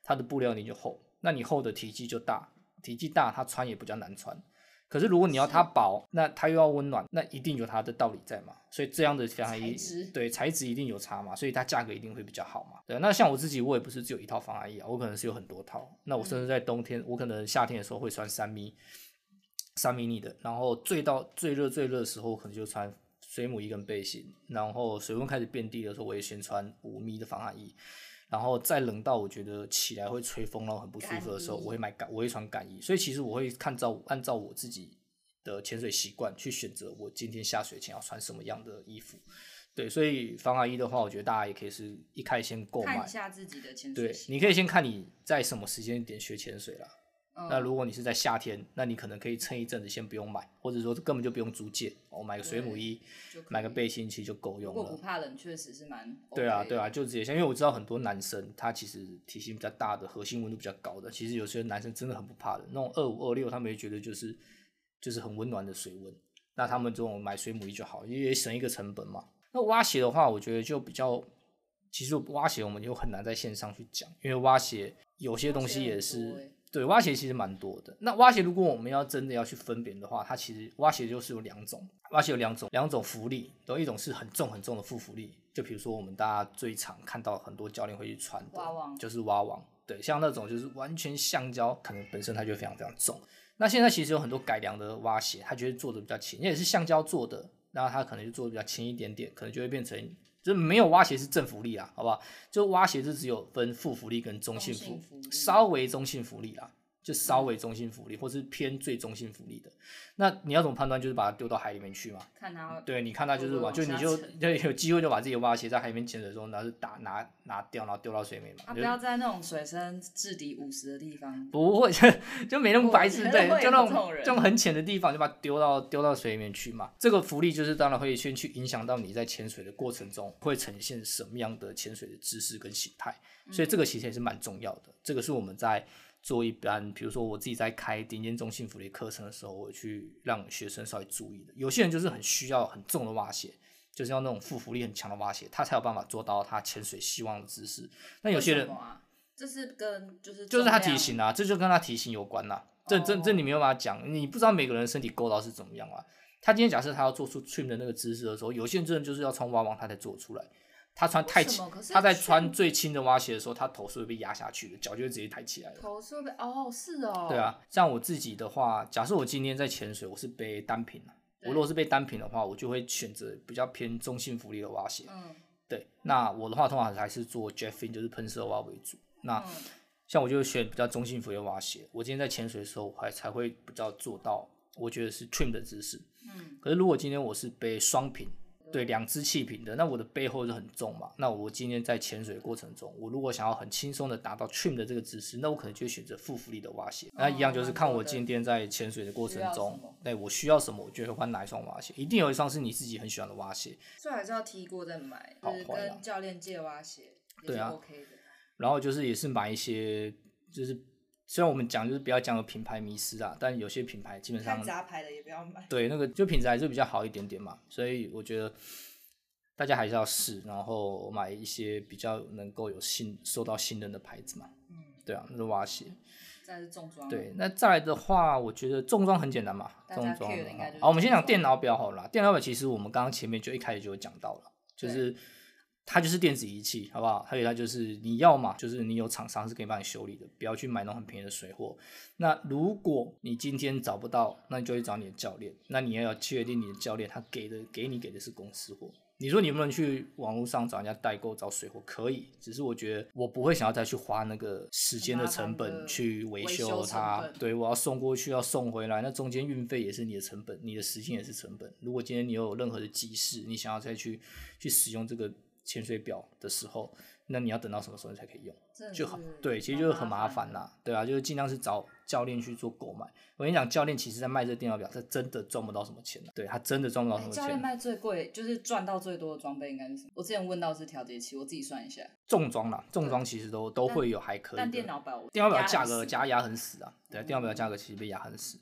Speaker 1: 它的布料你就厚。那你厚的体积就大，体积大它穿也比较难穿。可是如果你要它薄，那它又要温暖，那一定有它的道理在嘛。所以这样的防寒衣
Speaker 2: 材质，
Speaker 1: 对材质一定有差嘛，所以它价格一定会比较好嘛。对，那像我自己，我也不是只有一套防寒衣啊，我可能是有很多套。那我甚
Speaker 2: 嗯
Speaker 1: 至在冬天，我可能夏天的时候会穿三米。三迷你的，然后最到最热最热的时候，我可能就穿水母衣跟背心，然后水温开始变低的时候，我也先穿五米的防寒衣，然后再冷到我觉得起来会吹风，然后很不舒服的时候，
Speaker 2: 干衣
Speaker 1: 我会买干，我会穿干衣。所以其实我会看照按照我自己的潜水习惯去选择我今天下水前要穿什么样的衣服。对，所以防寒衣的话，我觉得大家也可以是一开始先购
Speaker 2: 看
Speaker 1: 买
Speaker 2: 一，下自己的潜水
Speaker 1: 对，
Speaker 2: 习
Speaker 1: 你可以先看你在什么时间点学潜水啦。
Speaker 2: 惯。
Speaker 1: 那
Speaker 2: 嗯
Speaker 1: 如果你是在夏天，那你可能可以撑一阵子，先不用买，或者说根本就不用租借，我、买个水母衣，
Speaker 2: 就可以
Speaker 1: 买个背心，其实就够
Speaker 2: 如
Speaker 1: 用
Speaker 2: 果不
Speaker 1: 了。
Speaker 2: 怕冷，确实是蛮 OK 的、
Speaker 1: 对啊，对啊，就直接像，因为我知道很多男生他其实体型比较大的，核心温度比较高的，其实有些男生真的很不怕冷，那种二五二六，他们也觉得就是就是很温暖的水温，那他们这种买水母衣就好，因为省一个成本嘛。那蛙鞋的话，我觉得就比较，其实蛙鞋我们就很难在线上去讲，因为蛙鞋有些东西也
Speaker 2: 很
Speaker 1: 是
Speaker 2: 多欸
Speaker 1: 对，蛙鞋其实蛮多的。那蛙鞋如果我们要真的要去分别的话，它其实蛙鞋就是有两种，蛙鞋有两种两种浮力，然后一种是很重很重的负浮力，就比如说我们大家最常看到很多教练会去穿的，
Speaker 2: 蛙王
Speaker 1: 就是蛙王。对，像那种就是完全橡胶，可能本身它就非常非常重。那现在其实有很多改良的蛙鞋，它觉得做的比较轻，因为也是橡胶做的，然后它可能就做的比较轻一点点，可能就会变成就是没有蛙鞋是正浮力啦，好不好？就蛙鞋是只有分负浮力跟中性
Speaker 2: 中性
Speaker 1: 浮
Speaker 2: 浮，力
Speaker 1: 稍微中性浮力啦，就稍微中性浮力，或是偏最中性浮力的。那你要怎么判断？就是把它丢到海里面去嘛，
Speaker 2: 看他
Speaker 1: 对，你看它就是玩，
Speaker 2: 往
Speaker 1: 就
Speaker 2: 下
Speaker 1: 你就
Speaker 2: 沉
Speaker 1: 就有机会就把自己的蛙鞋在海里面潜水的时候，然后就打拿拿掉，然后丢到水里面嘛。
Speaker 2: 他
Speaker 1: 就
Speaker 2: 啊不要在那种水深至底五十的地方。
Speaker 1: 不会， (laughs) 就没那么白痴，
Speaker 2: 我觉得
Speaker 1: 对
Speaker 2: 嗯会，
Speaker 1: 就
Speaker 2: 有
Speaker 1: 那
Speaker 2: 这种
Speaker 1: 种
Speaker 2: 人
Speaker 1: 就很浅的地方就把它丢到丢到水里面去嘛。这个浮力就是当然会先去影响到你在潜水的过程中会呈现什么样的潜水的姿势跟形态，所以这个其实也是蛮重要的。这个是我们在做一般，比如说我自己在开顶尖中性浮力课程的时候，我去让学生稍微注意的。有些人就是很需要很重的蛙鞋。就是要那种负浮力很强的蛙鞋，他才有办法做到他潜水希望的姿势。那有些
Speaker 2: 为
Speaker 1: 人
Speaker 2: 什么啊，这是跟就是
Speaker 1: 就是他
Speaker 2: 重量哦
Speaker 1: 体型啊，这就跟他体型有关啦、这这这你没有办法讲，你不知道每个人身体构造是怎么样啊。他今天假设他要做出 trim 的那个姿势的时候，有些人真的就是要穿蛙王他才做出来。他穿太
Speaker 2: 为什
Speaker 1: 轻
Speaker 2: 么可，是
Speaker 1: 他在
Speaker 2: trim-
Speaker 1: 穿最轻的蛙鞋的时候，他头是会被压下去的，脚就会直接抬起来了。
Speaker 2: 头是被哦是哦，
Speaker 1: 对，啊，像我自己的话，假设我今天在潜水，我是背单品啊我
Speaker 2: 对
Speaker 1: 如果是背单品的话，我就会选择比较偏中性浮力的蛙鞋。
Speaker 2: 嗯
Speaker 1: 对，那我的话通常还是做 jeffing，就是喷射蛙为主。那、
Speaker 2: 嗯
Speaker 1: 像我就选比较中性浮力的蛙鞋，我今天在潜水的时候，我还才会比较做到，我觉得是 trim 的姿势。
Speaker 2: 嗯，
Speaker 1: 可是如果今天我是背双瓶，对，两只气瓶的，那我的背后就很重嘛。那我今天在潜水的过程中，我如果想要很轻松的达到 trim 的这个姿势，那我可能就会选择负浮力的蛙鞋。那一样
Speaker 2: 哦
Speaker 1: 就是看我今天在潜水的过程
Speaker 2: 需要什
Speaker 1: 中
Speaker 2: 么，
Speaker 1: 对我需要什么，我就会换哪一双蛙鞋。一定有一双是你自己很喜欢的蛙鞋。
Speaker 2: 所以还是要踢过再买，
Speaker 1: 好
Speaker 2: 就是
Speaker 1: 坏啊
Speaker 2: 跟教练借蛙鞋也
Speaker 1: 对
Speaker 2: 是
Speaker 1: 啊
Speaker 2: OK 的。
Speaker 1: 然后就是也是买一些，就是虽然我们讲就是不要讲有品牌迷失啦，但有些品牌基本上
Speaker 2: 看杂牌的也不要买，
Speaker 1: 对那个就品质还是比较好一点点嘛，所以我觉得大家还是要试，然后买一些比较能够有信受到信任的牌子嘛。
Speaker 2: 嗯，
Speaker 1: 对啊，那是蛙鞋。
Speaker 2: 再来是重装，啊
Speaker 1: 对，那再来的话，我觉得重装很简单嘛，
Speaker 2: 大家
Speaker 1: 重装
Speaker 2: cue 的应该就是。
Speaker 1: 好，我们先讲
Speaker 2: 重装
Speaker 1: 电脑表好了啦。电脑表其实我们刚刚前面就一开始就有讲到了，就是它就是电子仪器，好不好？还有它就是你要嘛，就是你有厂商是可以帮你修理的，不要去买那种很便宜的水货。那如果你今天找不到，那你就去找你的教练。那你要确定你的教练他给的给你给的是公司货。你说你能不能去网络上找人家代购找水货？可以，只是我觉得我不会想要再去花那个时间的成
Speaker 2: 麻烦
Speaker 1: 本
Speaker 2: 的
Speaker 1: 去维
Speaker 2: 维
Speaker 1: 修
Speaker 2: 修成
Speaker 1: 它，
Speaker 2: 本
Speaker 1: 对我要送过去，要送回来，那中间运费也是你的成本，你的时间也是成本。如果今天你有任何的急事，你想要再去去使用这个潜水表的时候，那你要等到什么时候你才可以用？
Speaker 2: 真的
Speaker 1: 就很
Speaker 2: 是
Speaker 1: 对，其实
Speaker 2: 蛮
Speaker 1: 就是很麻
Speaker 2: 烦
Speaker 1: 烦
Speaker 2: 的
Speaker 1: 啦、对啊，就是尽量是找教练去做购买。我跟你讲，教练其实在卖这个电脑表，他真的赚不到什么钱、啊，对他真的赚不到什
Speaker 2: 哎
Speaker 1: 么
Speaker 2: 教练
Speaker 1: 钱。
Speaker 2: 卖最贵，就是赚到最多的装备应该是什么？我之前问到是调节器，我自己算一下，
Speaker 1: 重装啦，重装其实都都
Speaker 2: 但
Speaker 1: 会有还可以的。
Speaker 2: 但电脑表我
Speaker 1: 电脑表
Speaker 2: 压
Speaker 1: 的价
Speaker 2: 很
Speaker 1: 格
Speaker 2: 死
Speaker 1: 加压很死啊，对，电脑表的价格其实被压很死。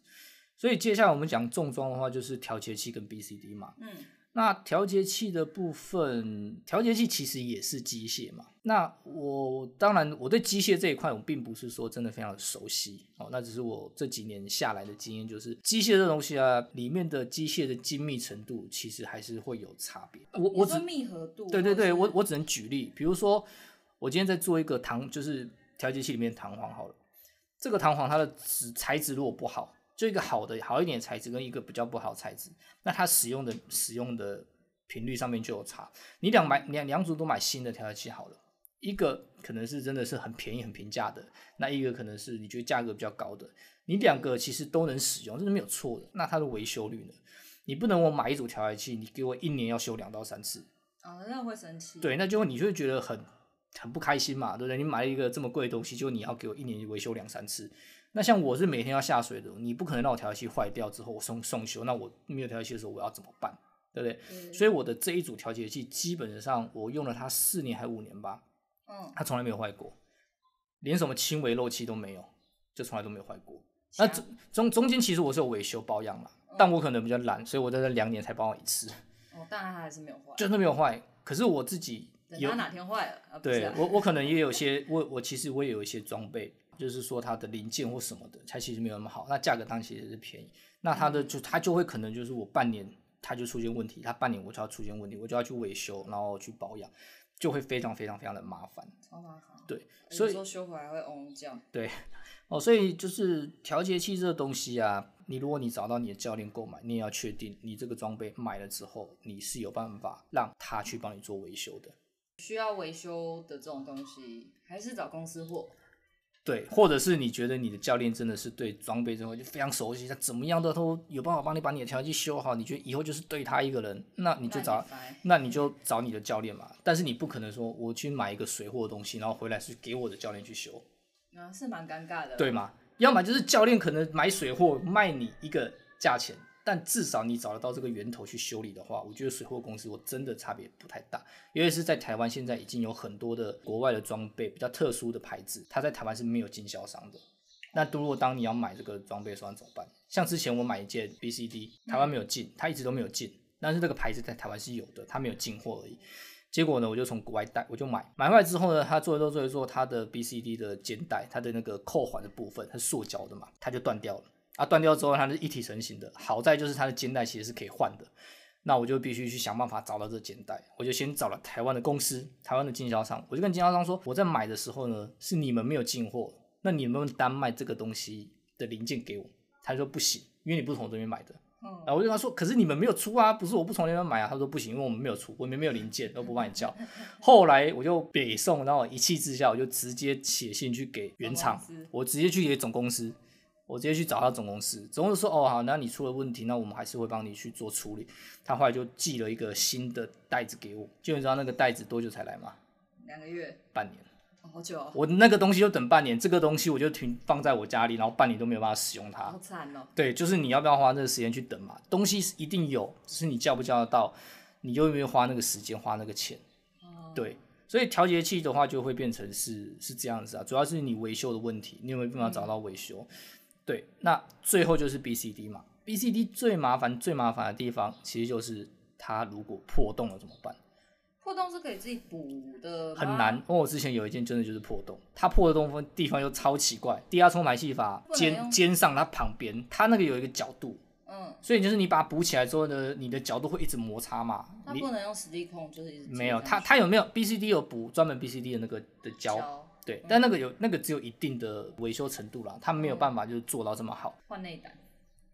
Speaker 1: 所以接下来我们讲重装的话，就是调节器跟 BCD 嘛。
Speaker 2: 嗯，
Speaker 1: 那调节器的部分，调节器其实也是机械嘛。那我当然我对机械这一块我并不是说真的非常的熟悉哦，那只是我这几年下来的经验，就是机械这东西啊，里面的机械的精密程度其实还是会有差别。我
Speaker 2: 你
Speaker 1: 我只
Speaker 2: 说密合度，
Speaker 1: 对对
Speaker 2: 或者
Speaker 1: 对，
Speaker 2: 是
Speaker 1: 我我只能举例，比如说我今天在做一个弹，就是调节器里面的弹簧好了，这个弹簧它的质材质如果不好，就一个好的好一点的材质跟一个比较不好的材质，那它使用的使用的频率上面就有差。你两买两两组都买新的调节器好了。一个可能是真的是很便宜、很平价的，那一个可能是你觉得价格比较高的，你两个其实都能使用，这是没有错的。那它的维修率呢？你不能我买一组调节器，你给我一年要修两到三次，
Speaker 2: 啊，那会生气，
Speaker 1: 对，那就你就会觉得很很不开心嘛，对不对？你买了一个这么贵的东西，就你要给我一年维修两三次。那像我是每天要下水的，你不可能让我调节器坏掉之后我送送修，那我没有调节器的时候我要怎么办？对不对？
Speaker 2: 对，
Speaker 1: 所以我的这一组调节器基本上我用了它四年还五年吧，
Speaker 2: 嗯，
Speaker 1: 它从来没有坏过，连什么轻微漏气都没有，就从来都没有坏过。那
Speaker 2: 强
Speaker 1: 中中中间其实我是有维修保养啦，但我可能比较懒，所以我在这两年才保养一次，
Speaker 2: 哦，当然它还是没有坏，
Speaker 1: 真的没有坏。可是我自己
Speaker 2: 等
Speaker 1: 有
Speaker 2: 它哪天坏了，啊，不是
Speaker 1: 对
Speaker 2: 啊
Speaker 1: 我，我可能也有些，我我其实我也有一些装备，就是说它的零件或什么的，它其实没有那么好，那价格当然其实是便宜。那它的就它就会可能就是我半年它就出现问题，它半年我就要出现问题，我就要去维修，然后去保养，就会非常非常非常的麻烦。
Speaker 2: 超麻烦，
Speaker 1: 对，
Speaker 2: 有
Speaker 1: 所以
Speaker 2: 时候修回来会嗡嗡叫，
Speaker 1: 哦，所以就是调节器这个东西啊，你如果你找到你的教练购买，你也要确定你这个装备买了之后，你是有办法让他去帮你做维修的。
Speaker 2: 需要维修的这种东西还是找公司货，
Speaker 1: 对，或者是你觉得你的教练真的是对装备这块就非常熟悉，他怎么样的都有办法帮你把你的调节器修好，你觉得以后就是对他一个人，那你就
Speaker 2: 那
Speaker 1: 找，
Speaker 2: 烦
Speaker 1: 那你就找你的教练嘛。但是你不可能说我去买一个水货的东西，然后回来是给我的教练去修，
Speaker 2: 啊是蛮尴尬的，
Speaker 1: 对吗？要么就是教练可能买水货卖你一个价钱，但至少你找得到这个源头去修理的话，我觉得水货公司我真的差别不太大，尤其是在台湾现在已经有很多的国外的装备比较特殊的牌子，它在台湾是没有经销商的。那如果当你要买这个装备的时候那怎么办？像之前我买一件 BCD，台湾没有进，它一直都没有进，但是这个牌子在台湾是有的，它没有进货而已。结果呢，我就从国外带，我就买，买回来之后呢，它做一做做一做，它的 BCD 的肩带，它的那个扣环的部分，它是塑胶的嘛，它就断掉了。啊，断掉之后它是一体成型的，好在就是它的肩带其实是可以换的。那我就必须去想办法找到这肩带，我就先找了台湾的公司，台湾的经销商，我就跟经销商说，我在买的时候呢，是你们没有进货，那你们单卖这个东西的零件给我，他说不行，因为你不是从我这边买的。
Speaker 2: 嗯
Speaker 1: 然后我就跟他说，可是你们没有出啊，不是我不从那边买啊。他说不行，因为我们没有出，我们没有零件，都不帮你叫。后来我就北送，然后一气之下，我就直接写信去给原厂
Speaker 2: 总公司，
Speaker 1: 我直接去给总公司，我直接去找他总公司，总公司说哦好，那你出了问题，那我们还是会帮你去做处理。他后来就寄了一个新的袋子给我，就你知道那个袋子多久才来吗？
Speaker 2: 两个月，
Speaker 1: 半年。
Speaker 2: 哦好久哦，
Speaker 1: 我那个东西就等半年，这个东西我就停放在我家里，然后半年都没有办法使用它。
Speaker 2: 好惨哦，
Speaker 1: 对，就是你要不要花这个时间去等嘛？东西是一定有，只是你叫不叫得到，你又有没有花那个时间花那个钱？
Speaker 2: 嗯
Speaker 1: 对，所以调节器的话就会变成是是这样子啊，主要是你维修的问题，你有没有办法找到
Speaker 2: 嗯
Speaker 1: 维修？对，那最后就是 BCD 嘛，BCD 最麻烦最麻烦的地方其实就是它如果破洞了怎么办？
Speaker 2: 破洞是可以自己补的吗，
Speaker 1: 很难。因为我之前有一件真的就是破洞，它破的洞分地方又超奇怪，低压冲排气阀
Speaker 2: 不能
Speaker 1: 肩
Speaker 2: 用
Speaker 1: 肩上它旁边，它那个有一个角度，
Speaker 2: 嗯，
Speaker 1: 所以就是你把它补起来之后呢，你的角度会一直摩擦嘛。
Speaker 2: 那
Speaker 1: 你
Speaker 2: 不能用实力控，就是一直
Speaker 1: 没有
Speaker 2: 它
Speaker 1: 它它有没有 BCD 有补专门 BCD 的那个的胶？
Speaker 2: 胶
Speaker 1: 对，但那个有那个只有一定的维修程度啦，它没有办法就是做到这么好。
Speaker 2: 换内胆，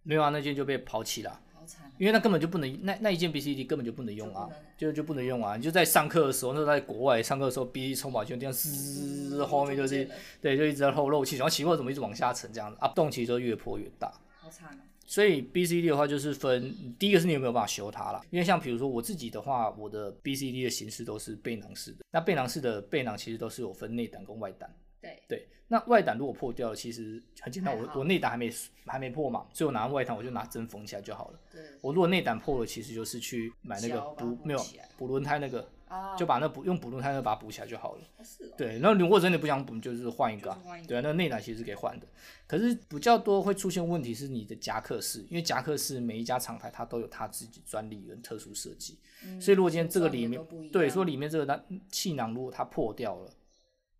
Speaker 1: 没有啊，那件就被抛弃了，
Speaker 2: 好惨啊，
Speaker 1: 因为那根本就不能，那那一件 BCD 根本就不能用啊
Speaker 2: 就不能，
Speaker 1: 就就不能用啊。你就在上课的时候，那时候在国外上课的时候，BCD 充饱就这样
Speaker 2: 嗯
Speaker 1: 滋，后面就是
Speaker 2: 不见了
Speaker 1: 对，就一直在漏漏气，然后奇怪怎么一直往下沉这样子，啊，洞其实就越破越大。
Speaker 2: 好惨啊，
Speaker 1: 所以 BCD 的话就是分，第一个是你有没有办法修它啦，因为像比如说我自己的话，我的 BCD 的形式都是背囊式的，那背囊式的背囊其实都是有分内胆跟外胆。
Speaker 2: 对，
Speaker 1: 对，那外胆如果破掉了，其实很简单，
Speaker 2: 还
Speaker 1: 我
Speaker 2: 好
Speaker 1: 我内胆还没还没破嘛，所以我拿外胆我就拿针缝起来就好了。
Speaker 2: 对，
Speaker 1: 我如果内胆破了，其实就是去买那个
Speaker 2: 胶把它
Speaker 1: 补
Speaker 2: 补
Speaker 1: 没有
Speaker 2: 起来
Speaker 1: 补轮胎那个，
Speaker 2: 啊，
Speaker 1: 就把那补用补轮胎那个把它补起来就好了。
Speaker 2: 哦是哦，
Speaker 1: 对，那如果真的不想补，就是换一个、啊
Speaker 2: 就是换一。个
Speaker 1: 对啊，那内胆其实是可以换的，可是比较多会出现问题是你的夹克式，因为夹克式每一家厂牌它都有它自己专利跟特殊设计，
Speaker 2: 嗯
Speaker 1: 啊所以如果今天这个里
Speaker 2: 形状也
Speaker 1: 面
Speaker 2: 都不一样
Speaker 1: 对说里面这个囊气囊如果它破掉了，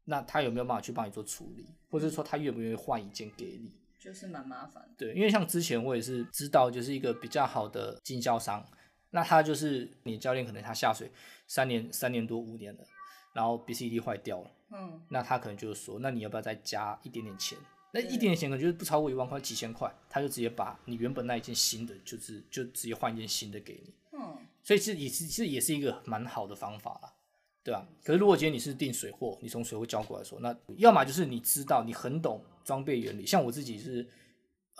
Speaker 1: 那它有没有办法去帮你做处理，或者说
Speaker 2: 嗯
Speaker 1: 它愿不愿意换一件给你？
Speaker 2: 就是蛮麻烦，
Speaker 1: 对，因为像之前我也是知道，就是一个比较好的经销商，那他就是你教练可能他下水三年三年多五年了，然后 BCD 坏掉了。
Speaker 2: 嗯，
Speaker 1: 那他可能就是说，那你要不要再加一点点钱？那
Speaker 2: 对
Speaker 1: 一点点钱可能就是不超过一万块、几千块，他就直接把你原本那一件新的，就是就直接换一件新的给你。
Speaker 2: 嗯，
Speaker 1: 所以其实也是其实也是一个蛮好的方法啦，对吧、可是如果今天你是订水货，你从水货交过来说，那要么就是你知道你很懂装备原理，像我自己是。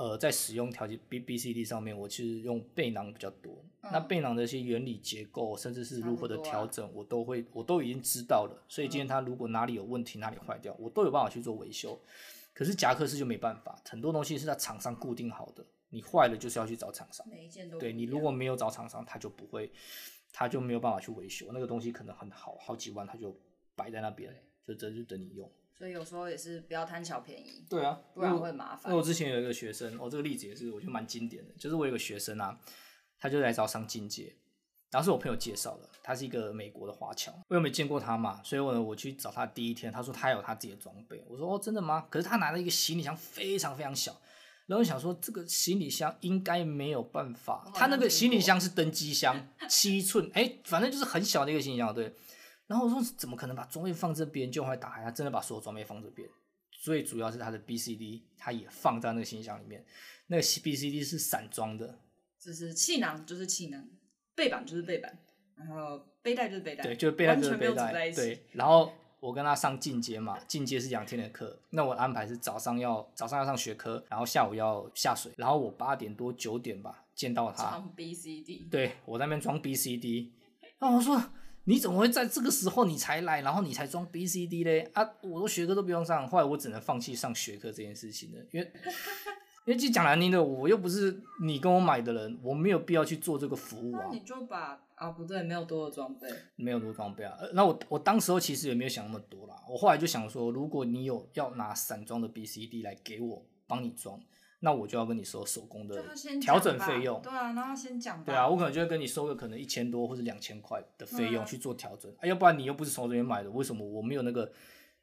Speaker 1: 呃，在使用调节 B B C D 上面，我其实用背囊比较多。那背囊的一些原理、结构，甚至是
Speaker 2: 嗯差
Speaker 1: 如
Speaker 2: 不
Speaker 1: 何的
Speaker 2: 多啊嗯
Speaker 1: 调整，我都会，我都已经知道了。所以今天它如果哪里有问题，哪里坏掉，我都有办法去做维修。可是夹克式就没办法，很多东西是在厂商固定好的，你坏了就是要去找厂商。
Speaker 2: 每一件都
Speaker 1: 对
Speaker 2: 不
Speaker 1: 你
Speaker 2: 一
Speaker 1: 如
Speaker 2: 样
Speaker 1: 果没有找厂商，他就不会，他就没有办法去维修那个东西，可能很好好几万，他就摆在那边，就等就等你用。
Speaker 2: 所以有时候也是不要贪小便宜，
Speaker 1: 对啊，
Speaker 2: 不然会麻烦
Speaker 1: 那我之前有一个学生，哦，这个例子也是我觉得蛮经典的，就是我有个学生啊，他就来找上进阶，然后是我朋友介绍的，他是一个美国的华侨，我有没有见过他嘛，所以我呢我去找他的第一天，他说他有他自己的装备，我说哦真的吗？可是他拿了一个行李箱非常非常小。然后我想说，这个行李箱应该没有办法
Speaker 2: 我好，像
Speaker 1: 他那个
Speaker 2: 听
Speaker 1: 行李
Speaker 2: 过
Speaker 1: 箱是登机箱，七寸，哎，反正就是很小的一个行李箱，对。然后我说怎么可能把装备放这边？就后来打开，他真的把所有装备放这边。最主要是他的 BCD，他也放在那个行李箱里面。那个 BCD 是散装的，
Speaker 2: 就是气囊就是气囊，背板就是背板，然后背带就是背带，
Speaker 1: 对，就是背带就是
Speaker 2: 完全没
Speaker 1: 背
Speaker 2: 有组在
Speaker 1: 带，
Speaker 2: 一起，
Speaker 1: 对。然后我跟他上进阶嘛，进阶是两天的课，那我的安排是早上要早上要上学科，然后下午要下水，然后我八点多九点吧见到他，
Speaker 2: 装 B C D，
Speaker 1: 对我在那边装 BCD，然后我说你怎么会在这个时候你才来，然后你才装 BCD 嘞？啊，我都学科都不用上，后来我只能放弃上学科这件事情了，因为 (laughs) 因为就讲难听的，我又不是你跟我买的人，我没有必要去做这个服务
Speaker 2: 那
Speaker 1: 啊，
Speaker 2: 你就把啊不对，没有多的装备，
Speaker 1: 没有多装备啊。呃那我我当时候其实也没有想那么多啦，我后来就想说，如果你有要拿散装的 BCD 来给我帮你装，那我就要跟你收手工的
Speaker 2: 就他先
Speaker 1: 调
Speaker 2: 讲
Speaker 1: 整
Speaker 2: 吧
Speaker 1: 费用。
Speaker 2: 对啊，然后先讲吧，
Speaker 1: 对啊，，我可能就会跟你收个可能一千多或者两千块的费
Speaker 2: 嗯
Speaker 1: 用去做调整，啊，要不然你又不是从我这边买的，为什么我没有那个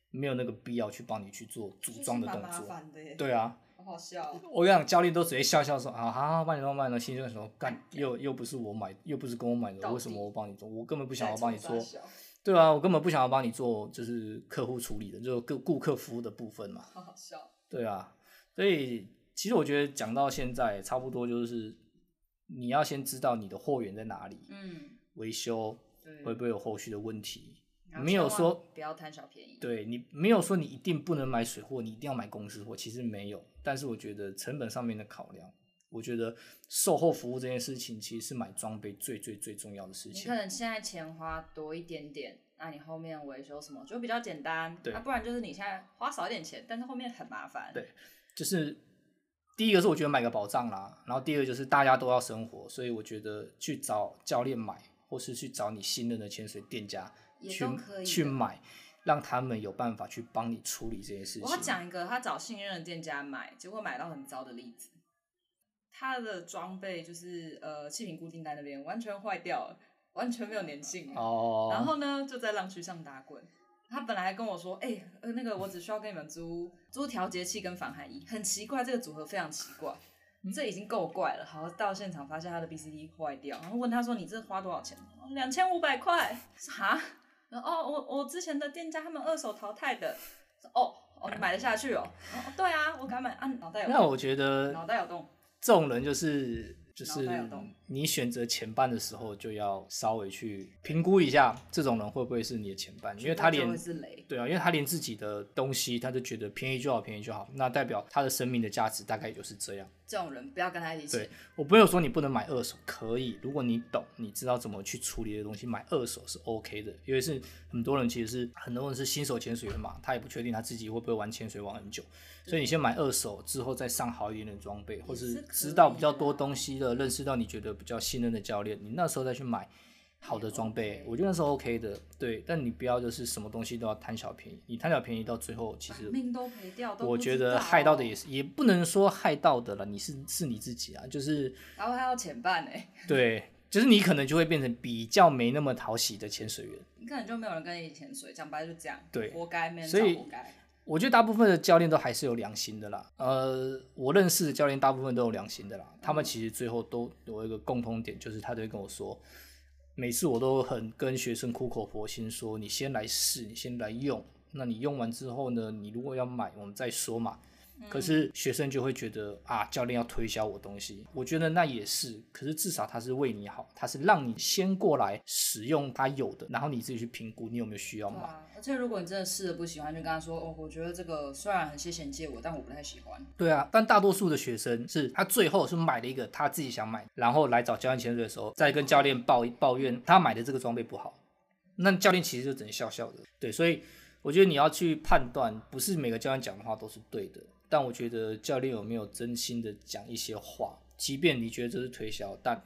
Speaker 1: 没有那个必要去帮你去做组装的动
Speaker 2: 蛮麻
Speaker 1: 作？
Speaker 2: 烦的耶，
Speaker 1: 对啊，
Speaker 2: 好好笑哦，
Speaker 1: 我跟你讲，教练都直接笑笑说啊，好好帮你弄，帮你弄，心里就想说干，又又不是我买，又不是跟我买
Speaker 2: 到
Speaker 1: 的，
Speaker 2: 底
Speaker 1: 为什么我帮你做？我根本不想要帮你做
Speaker 2: 在冲啥，笑
Speaker 1: 对啊，我根本不想要帮你做，就是客户处理的，就是顾顾客服务的部分嘛。
Speaker 2: 好好笑，
Speaker 1: 对啊，所以其实我觉得讲到现在，差不多就是你要先知道你的货源在哪里，
Speaker 2: 嗯，
Speaker 1: 维修
Speaker 2: 对，
Speaker 1: 会不会有后续的问题？
Speaker 2: 然后
Speaker 1: 没有
Speaker 2: 千万
Speaker 1: 说
Speaker 2: 不要贪小便宜，
Speaker 1: 对你没有说你一定不能买水货，你一定要买公司货，其实没有。但是我觉得成本上面的考量，我觉得售后服务这件事情其实是买装备最最最重要的事
Speaker 2: 你
Speaker 1: 情
Speaker 2: 可。能现在钱花多一点点，那你后面维修什么就比较简单。
Speaker 1: 对
Speaker 2: 那、不然就是你现在花少一点钱，但是后面很麻烦。
Speaker 1: 对就是第一个是我觉得买个保障啦，然后第二个就是大家都要生活，所以我觉得去找教练买，或是去找你信任的潜水店家
Speaker 2: 也
Speaker 1: 去
Speaker 2: 都可以的
Speaker 1: 去买，让他们有办法去帮你处理这件事情。
Speaker 2: 我要讲一个他找信任的店家买，结果买到很糟的例子。他的装备就是呃气瓶固定在那边完全坏掉了，完全没有粘性啊。
Speaker 1: 哦，
Speaker 2: 然后呢，就在浪区上打滚。他本来跟我说：“哎、呃，那个我只需要跟你们租租调节器跟防寒衣。”很奇怪，这个组合非常奇怪，
Speaker 1: 嗯
Speaker 2: 这已经够怪了。好，到现场发现他的 BCD 坏掉，然后问他说：“你这花多少钱？”两千五百块。啥？然后哦，我我之前的店家他们二手淘汰的。哦哦，你买得下去哦？哦对啊，我敢买啊！脑袋有
Speaker 1: 那
Speaker 2: 洞，
Speaker 1: 我觉得
Speaker 2: 脑袋有洞。
Speaker 1: 这种人就是就
Speaker 2: 脑
Speaker 1: 是
Speaker 2: 袋有洞
Speaker 1: 你选择前半的时候就要稍微去评估一下，这种人会不会是你的前半，因为他
Speaker 2: 就
Speaker 1: 连
Speaker 2: 会是雷。
Speaker 1: 对啊，因为他连自己的东西他就觉得便宜就好，便宜就好，那代表他的生命的价值大概也就是这样。
Speaker 2: 这种人不要跟他一起
Speaker 1: 对。我没有说你不能买二手，可以，如果你懂，你知道怎么去处理的东西，买二手是 OK 的。因为是很多人其实是很多人是新手潜水员嘛，他也不确定他自己会不会玩潜水玩很久，所以你先买二手之后再上好一点点装备，或
Speaker 2: 是
Speaker 1: 是
Speaker 2: 可
Speaker 1: 知道
Speaker 2: 以
Speaker 1: 比较多
Speaker 2: 啦
Speaker 1: 东西的，认识到你觉得比较信任的教练，你那时候再去买。好的装备
Speaker 2: OK，
Speaker 1: 我觉得那是 OK 的，对。但你不要就是什么东西都要贪小便宜，你贪小便宜到最后，其
Speaker 2: 把
Speaker 1: 实
Speaker 2: 命都赔掉，都
Speaker 1: 我
Speaker 2: 不
Speaker 1: 觉
Speaker 2: 知
Speaker 1: 得
Speaker 2: 道哦
Speaker 1: 害到的也是，也不能说害到的了，你是是你自己啊，就是
Speaker 2: 然后还要欸前半呢、
Speaker 1: 对，就是你可能就会变成比较没那么讨喜的潜水员。
Speaker 2: 你根本就没有人跟你潜水，讲白就这样，
Speaker 1: 对
Speaker 2: 活该，没人
Speaker 1: 所
Speaker 2: 找
Speaker 1: 以
Speaker 2: 活该。
Speaker 1: 我觉得大部分的教练都还是有良心的啦。呃，我认识的教练大部分都有良心的啦。他们其实最后都有一个共通点，就是他都会跟我说，每次我都很跟学生苦口婆心说，你先来试，你先来用。那你用完之后呢，你如果要买，我们再说嘛。可是学生就会觉得啊，教练要推销我东西，我觉得那也是。可是至少他是为你好，他是让你先过来使用他有的，然后你自己去评估你有没有需要
Speaker 2: 对
Speaker 1: 买。
Speaker 2: 啊，而且如果你真的试了不喜欢，就跟他说，哦，我觉得这个虽然很谢谢你借我，但我不太喜欢。
Speaker 1: 对啊，但大多数的学生是他最后是买了一个他自己想买，然后来找教练潜水的时候，再跟教练抱抱怨他买的这个装备不好，那教练其实就只能笑笑的。对，所以我觉得你要去判断，不是每个教练讲的话都是对的，但我觉得教练有没有真心的讲一些话，即便你觉得这是推销，但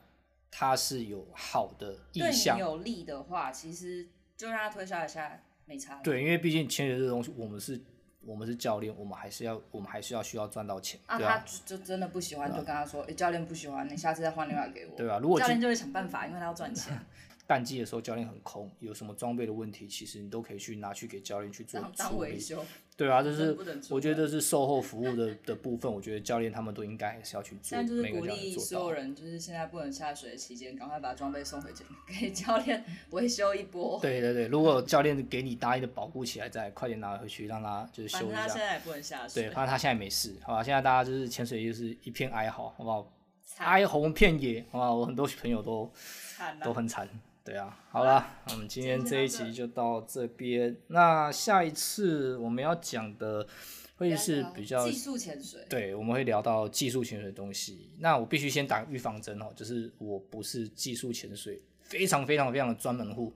Speaker 1: 他是有好的意
Speaker 2: 对
Speaker 1: 向
Speaker 2: 你。有利的话，其实就让他推销一下，没差。，
Speaker 1: 对，因为毕竟潜水这个东西，我们是。我们是教练，我们还是要，我们还是要需要赚到钱，
Speaker 2: 啊，
Speaker 1: 对啊
Speaker 2: 他，就就真的不喜欢，就跟他说，哎、教练不喜欢，你下次再换另外一个给我。
Speaker 1: 对啊。如果
Speaker 2: 教
Speaker 1: 今
Speaker 2: 练就会想办法，因为他要赚钱，
Speaker 1: 淡季的时候教练很空，有什么装备的问题，其实你都可以去拿去给教练去啊做
Speaker 2: 当当
Speaker 1: 处
Speaker 2: 维
Speaker 1: 理。
Speaker 2: 修。
Speaker 1: 对啊，这
Speaker 2: 真
Speaker 1: 是
Speaker 2: 不能
Speaker 1: 我觉
Speaker 2: 出门
Speaker 1: 得是售后服务的的部分，我觉得教练他们都应该还是要去做，
Speaker 2: 现在就是
Speaker 1: 每个
Speaker 2: 鼓
Speaker 1: 教练
Speaker 2: 励
Speaker 1: 做
Speaker 2: 所有
Speaker 1: 到。
Speaker 2: 人，就是现在不能下水的期间，赶快把装备送回去， (laughs) 给教练维修一波。
Speaker 1: 对对对，如果教练给你答应的保护起来，再快点拿回去，让他就是
Speaker 2: 反
Speaker 1: 修一
Speaker 2: 正他现
Speaker 1: 下。
Speaker 2: 在也不能下水
Speaker 1: 对，，反正他现在没事，好吧？现在大家就是潜水就是一片哀嚎，好不好？
Speaker 2: 惨
Speaker 1: 哀鸿遍野，好吧？我很多朋友都
Speaker 2: 惨
Speaker 1: 都
Speaker 2: 了。
Speaker 1: 很惨。对啊，好啦，我们今天这一集就到这边。那下一次我们要讲的会是比较
Speaker 2: 技术潜水，
Speaker 1: 对，我们会聊到技术潜水的东西。那我必须先打预防针哦，就是我不是技术潜水非常非常非常的专门户，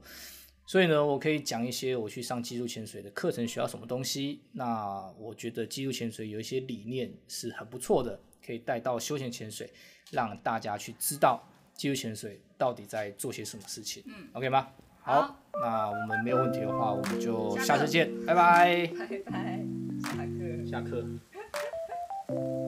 Speaker 1: 所以呢，我可以讲一些我去上技术潜水的课程学到什么东西。那我觉得技术潜水有一些理念是很不错的，可以带到休闲潜水，让大家去知道技术潜水到底在做些什么事情。嗯，OK 吗？好，
Speaker 2: 好
Speaker 1: 那我们没有问题的话，我们就
Speaker 2: 下
Speaker 1: 下次
Speaker 2: 课嗯
Speaker 1: 见，拜拜。
Speaker 2: 拜拜，
Speaker 1: 下
Speaker 2: 下课。
Speaker 1: 课。